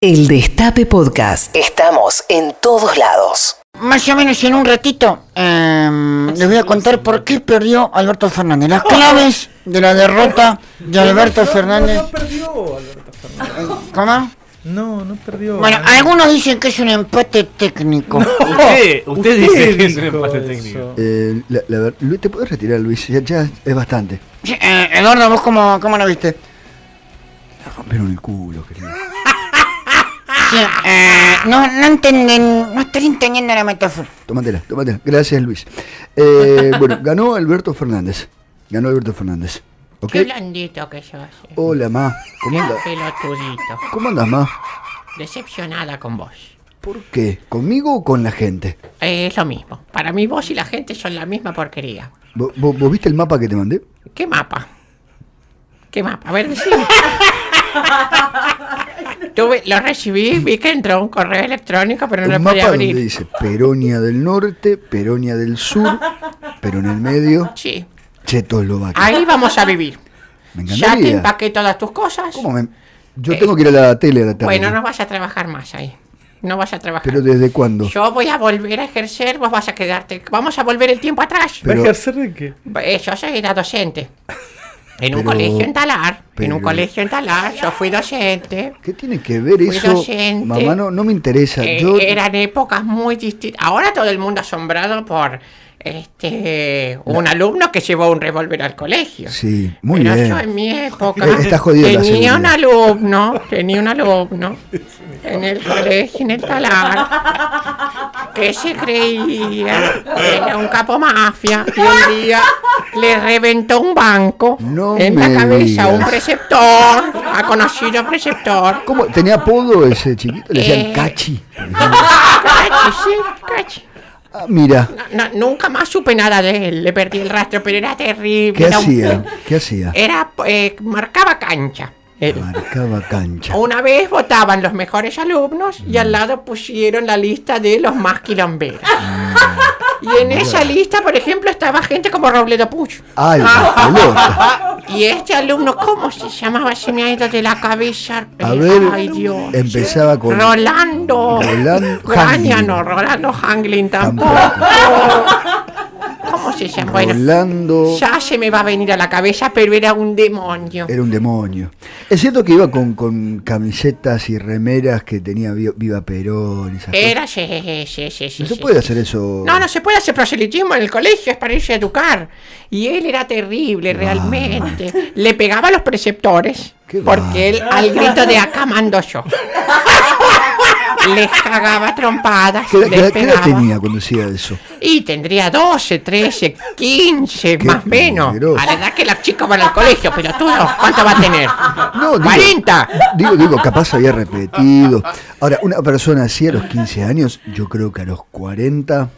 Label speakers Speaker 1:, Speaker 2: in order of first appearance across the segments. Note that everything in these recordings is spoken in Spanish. Speaker 1: El Destape Podcast. Estamos en todos lados.
Speaker 2: Más o menos en un ratito em, les voy a contar por qué perdió Alberto Fernández. Las claves de la derrota de Alberto Fernández.
Speaker 3: No, no perdió Alberto Fernández.
Speaker 2: ¿Cómo?
Speaker 3: No, no perdió.
Speaker 2: Bueno,
Speaker 3: ganó.
Speaker 2: algunos dicen que es un empate técnico.
Speaker 4: Usted, usted dice que es un
Speaker 3: dijo
Speaker 4: empate
Speaker 3: eso.
Speaker 4: técnico.
Speaker 5: Eh, la, la ver- Lu- ¿Te puedes retirar, Luis? Ya, ya es bastante.
Speaker 2: Sí, eh, Eduardo, ¿vos cómo, cómo lo viste?
Speaker 5: Rompieron el culo, querido.
Speaker 2: Sí, eh, no, no entienden, no estoy entendiendo la metáfora.
Speaker 5: Tómatela, tómatela. Gracias, Luis. Eh, bueno, ganó Alberto Fernández. Ganó Alberto Fernández. ¿Ok?
Speaker 6: Qué blandito que sos. eh.
Speaker 5: Hola, ma. ¿Cómo, anda-
Speaker 6: Pelotudito.
Speaker 5: ¿Cómo andas, ma?
Speaker 6: Decepcionada con vos.
Speaker 5: ¿Por qué? ¿Conmigo o con la gente?
Speaker 6: Eh, es lo mismo. Para mí vos y la gente son la misma porquería.
Speaker 5: ¿Vo- vo- ¿Vos, viste el mapa que te mandé?
Speaker 6: ¿Qué mapa? ¿Qué mapa? A ver, decime. Tuve, lo recibí, vi que entró un correo electrónico, pero no
Speaker 5: Un
Speaker 6: lo
Speaker 5: mapa
Speaker 6: podía
Speaker 5: donde
Speaker 6: abrir.
Speaker 5: dice Peronia del Norte, Peronia del Sur, pero en el medio,
Speaker 6: Sí.
Speaker 5: Checoslovaquia.
Speaker 6: Ahí vamos a vivir.
Speaker 5: Me
Speaker 6: Ya te
Speaker 5: encantaría.
Speaker 6: empaqué todas tus cosas.
Speaker 5: ¿Cómo me- Yo
Speaker 6: Eh,
Speaker 5: tengo que ir a la tele a la tarde.
Speaker 6: Bueno, no vas a trabajar más ahí. No vas a trabajar.
Speaker 5: ¿Pero desde cuándo?
Speaker 6: Yo voy a volver a ejercer, vos vas a quedarte. Vamos a volver el tiempo atrás.
Speaker 3: ¿Va a
Speaker 5: Pero-
Speaker 3: ejercer de qué?
Speaker 6: Eh, Yo soy- era docente. En un
Speaker 5: Pero-
Speaker 6: colegio en Talar. En un
Speaker 5: pero-
Speaker 6: colegio en Talar. Yo fui docente.
Speaker 5: ¿Qué tiene que ver
Speaker 6: Fui
Speaker 5: eso?
Speaker 6: docente.
Speaker 5: Mamá, no, no me interesa.
Speaker 6: Eh,
Speaker 5: Yo,
Speaker 6: eran épocas muy distintas. Ahora todo el mundo asombrado por este un alumno que llevó un revólver al colegio.
Speaker 5: Sí, muy
Speaker 6: Pero
Speaker 5: bien.
Speaker 6: yo en mi época
Speaker 5: Eh, está jodida la
Speaker 6: tenía un
Speaker 5: seguridad.
Speaker 6: alumno, tenía un alumno en el colegio, en el talar, que se creía que era un capo mafia y un día le reventó un banco
Speaker 5: No
Speaker 6: en la
Speaker 5: me
Speaker 6: cabeza a un
Speaker 5: digas.
Speaker 6: preceptor, a conocido preceptor.
Speaker 5: ¿Cómo? ¿Tenía apodo ese chiquito? Le decían
Speaker 6: Eh.
Speaker 5: Cachi.
Speaker 6: Cachi, sí, cachi.
Speaker 5: Ah, mira,
Speaker 6: No, nunca más supe nada de él, le perdí el rastro, pero era terrible.
Speaker 5: ¿qué
Speaker 6: era un-
Speaker 5: hacía? ¿Qué hacía?
Speaker 6: Era, eh, marcaba cancha. él.
Speaker 5: Marcaba cancha.
Speaker 6: Una vez votaban los mejores alumnos y al lado pusieron la lista de los más quilomberos.
Speaker 5: Ah,
Speaker 6: Y en esa lista, por ejemplo, estaba gente como Robledo Puch.
Speaker 5: Ah, la pelota.
Speaker 6: Y este alumno, ¿cómo se llamaba? Se me ha ido de la cabeza.
Speaker 5: A
Speaker 6: Eh,
Speaker 5: ver,
Speaker 6: Ay, Dios.
Speaker 5: empezaba con...
Speaker 6: Rolando.
Speaker 5: Roland
Speaker 6: Graña,
Speaker 5: Hanglin.
Speaker 6: no, Rolando Hanglin tampoco.
Speaker 5: Tampoco.
Speaker 6: ¿Cómo se llama? Bueno,
Speaker 5: Rolando
Speaker 6: ya se me va a venir a la cabeza, pero era un demonio.
Speaker 5: era un demonio. Es cierto que iba con, con camisetas y remeras que tenía vi- Viva Perón. Esas
Speaker 6: Era, sí, sí, sí, sí, sí,
Speaker 5: cosas. Eh, No se
Speaker 6: sí.
Speaker 5: puede hacer eso.
Speaker 6: No, no se puede hacer proselitismo en el colegio, es para irse a educar. Y él era terrible, realmente. Le pegaba a los preceptores,
Speaker 5: Qué
Speaker 6: porque él al grito de acá mando yo. Les cagaba trompadas,
Speaker 5: ¿Qué, edad- qué
Speaker 6: les
Speaker 5: edad- qué edad
Speaker 6: pegaba.
Speaker 5: tenía cuando hacía eso?
Speaker 6: Y tendría 12, 13, 15,
Speaker 5: Qué
Speaker 6: más o menos.
Speaker 5: peligroso.
Speaker 6: A la edad que las chicas van al colegio, pero tú, ¿cuánto va a tener?
Speaker 5: No, digo-
Speaker 6: 40.
Speaker 5: Digo, digo, capaz había repetido. Ahora, una persona así a los 15 años, yo creo que a los 40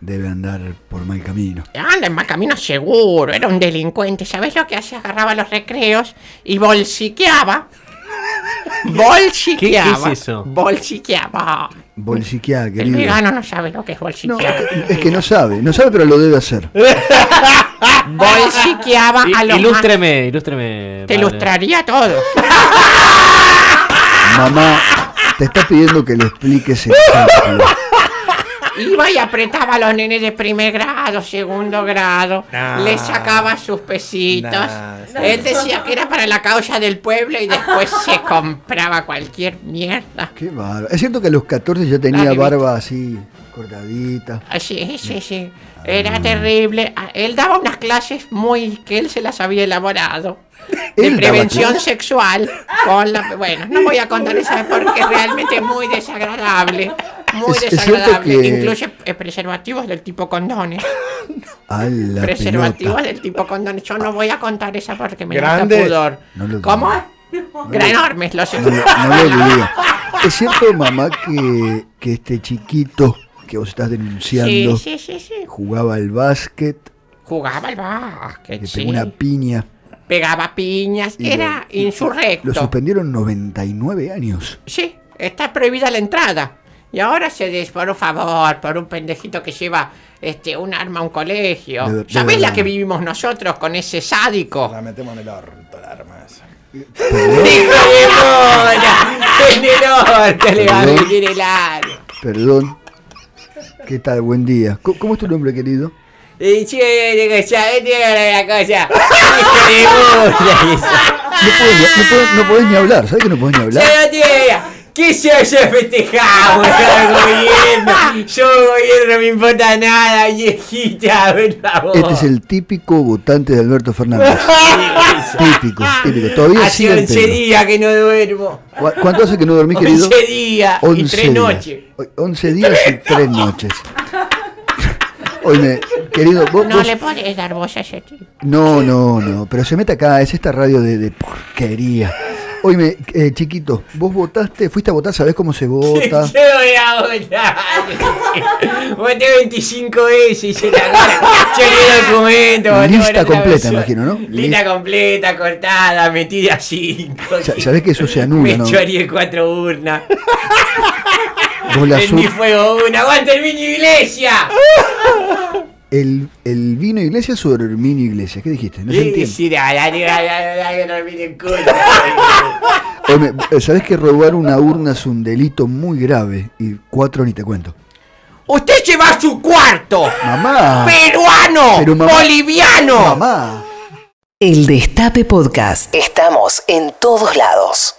Speaker 5: debe andar por mal camino.
Speaker 6: Anda, en más camino seguro, era un delincuente. ¿Sabes lo que hacía? Agarraba los recreos y bolsiqueaba. Bolsiqueaba.
Speaker 4: ¿Qué- qué es eso?
Speaker 6: Bolsiqueaba.
Speaker 5: Bolsiqueá,
Speaker 6: El
Speaker 5: querido.
Speaker 6: vegano no sabe lo que es
Speaker 5: No,
Speaker 6: bolsiqueaba.
Speaker 5: es que no sabe, no sabe, pero lo debe hacer.
Speaker 6: Ah, Bolsiqueaba a
Speaker 4: I-
Speaker 6: los más-
Speaker 4: Ilústreme, ilústreme. padre.
Speaker 6: Te ilustraría todo.
Speaker 5: Mamá, te está pidiendo que le expliques el ejemplo.
Speaker 6: Iba y apretaba a los nenes de primer grado, segundo grado. Les sacaba sus pesitos.
Speaker 3: Nah,
Speaker 6: Él decía que era para la causa del pueblo y después se compraba cualquier mierda.
Speaker 5: Qué bárbaro. Es cierto que a los 14 ya tenía
Speaker 6: Dale,
Speaker 5: barba así, cortadita.
Speaker 6: Ah, Sí, sí, sí. Era terrible. Ah, Él daba unas clases muy que él se las había elaborado. De
Speaker 5: Él daba
Speaker 6: prevención
Speaker 5: clases.
Speaker 6: sexual. Con la, bueno, no voy a contar esa porque es realmente muy desagradable. Muy
Speaker 5: Es- es cierto
Speaker 6: desagradable.
Speaker 5: que-
Speaker 6: Incluye eh, preservativos del tipo condones.
Speaker 5: A la
Speaker 6: preservativos
Speaker 5: pelota.
Speaker 6: del tipo condones. Yo no voy a contar esa porque me da
Speaker 3: Grandes.
Speaker 6: pudor.
Speaker 5: No lo digas.
Speaker 6: ¿Cómo? Gran- enormes los
Speaker 5: No, lo- no lo diga. Es cierto, mamá, que, que este chiquito que vos estás
Speaker 6: Sí,
Speaker 5: denunciando
Speaker 6: sí, sí, sí.
Speaker 5: jugaba al básquet.
Speaker 6: Jugaba al básquet,
Speaker 5: Le
Speaker 6: sí.
Speaker 5: pegó una piña.
Speaker 6: Pegaba piñas.
Speaker 5: y
Speaker 6: Era
Speaker 5: lo- y- Lo
Speaker 6: insurrecto.
Speaker 5: suspendieron 99 años.
Speaker 6: Sí, está prohibida la entrada. Y ahora se des, por un favor, por un pendejito que lleva este un arma a un colegio.
Speaker 5: De- de
Speaker 6: ¿Sabés la
Speaker 5: verdad.
Speaker 6: que vivimos nosotros con ese sádico?
Speaker 3: La metemos en el orto, la arma esa.
Speaker 6: ¡Hijo de puta! En el orto le va a
Speaker 5: Perdón.
Speaker 6: venir el ano.
Speaker 5: Perdón. ¿Qué tal? Buen día. Co- ¿Cómo es tu nombre, querido?
Speaker 6: Y che, digo, ya, eh, tiene una cosa. Hijo de puta, dice.
Speaker 5: No podés, ni- no podés- no podés ni hablar, ¿sabes que no podés ni hablar?
Speaker 6: Ya no tiene idea. ¿Qué se hace festejado? gobierno. Yo gobierno no me importa nada, viejita, ven la voz.
Speaker 5: Este es el típico votante de Alberto Fernández. típico, típico. Todavía
Speaker 6: Hace
Speaker 5: sigue en
Speaker 6: 11
Speaker 5: pelo.
Speaker 6: días que no duermo.
Speaker 5: ¿Cu- ¿Cuánto hace que no dormí, querido?
Speaker 6: 11 días y 3 noches.
Speaker 5: Hoy, 11 días y 3 noches. Hoy me, querido, vos,
Speaker 7: No
Speaker 5: vos-
Speaker 7: le podés dar voz a ese tipo.
Speaker 5: no, no, no, pero se mete acá, es esta radio de, de porquería. Oíme, eh, chiquito, vos votaste, fuiste a votar, ¿sabés cómo se vota?
Speaker 6: Yo voy a votar. Voté 25 veces y se la gana. Yo leí el documento. voté
Speaker 5: Lista
Speaker 6: por otra
Speaker 5: completa,
Speaker 6: persona.
Speaker 5: imagino, ¿no?
Speaker 6: Lista completa, cortada, metida 5.
Speaker 5: Sa- Sabés que eso se anula,
Speaker 6: Me
Speaker 5: ¿no?
Speaker 6: choreé cuatro urnas.
Speaker 5: Vos la
Speaker 6: Prendí
Speaker 5: su-
Speaker 6: fuego una. ¡Aguanta el mini iglesia!
Speaker 5: Ah, el, el vino Iglesias o el mini Iglesias, ¿qué dijiste? No se
Speaker 6: Y
Speaker 5: entiende.
Speaker 6: decir, "Ay, ay, ay, ay, ay, que no me miren culo".
Speaker 5: Oíme, eh, ¿sabés que robar una urna es un delito muy grave? Y cuatro ni te cuento.
Speaker 6: Usted se va a su cuarto.
Speaker 5: ¡Mamá!
Speaker 6: Peruano,
Speaker 5: Pero mamá-
Speaker 6: boliviano.
Speaker 5: ¡Mamá!
Speaker 1: El Destape Podcast. Estamos en todos lados.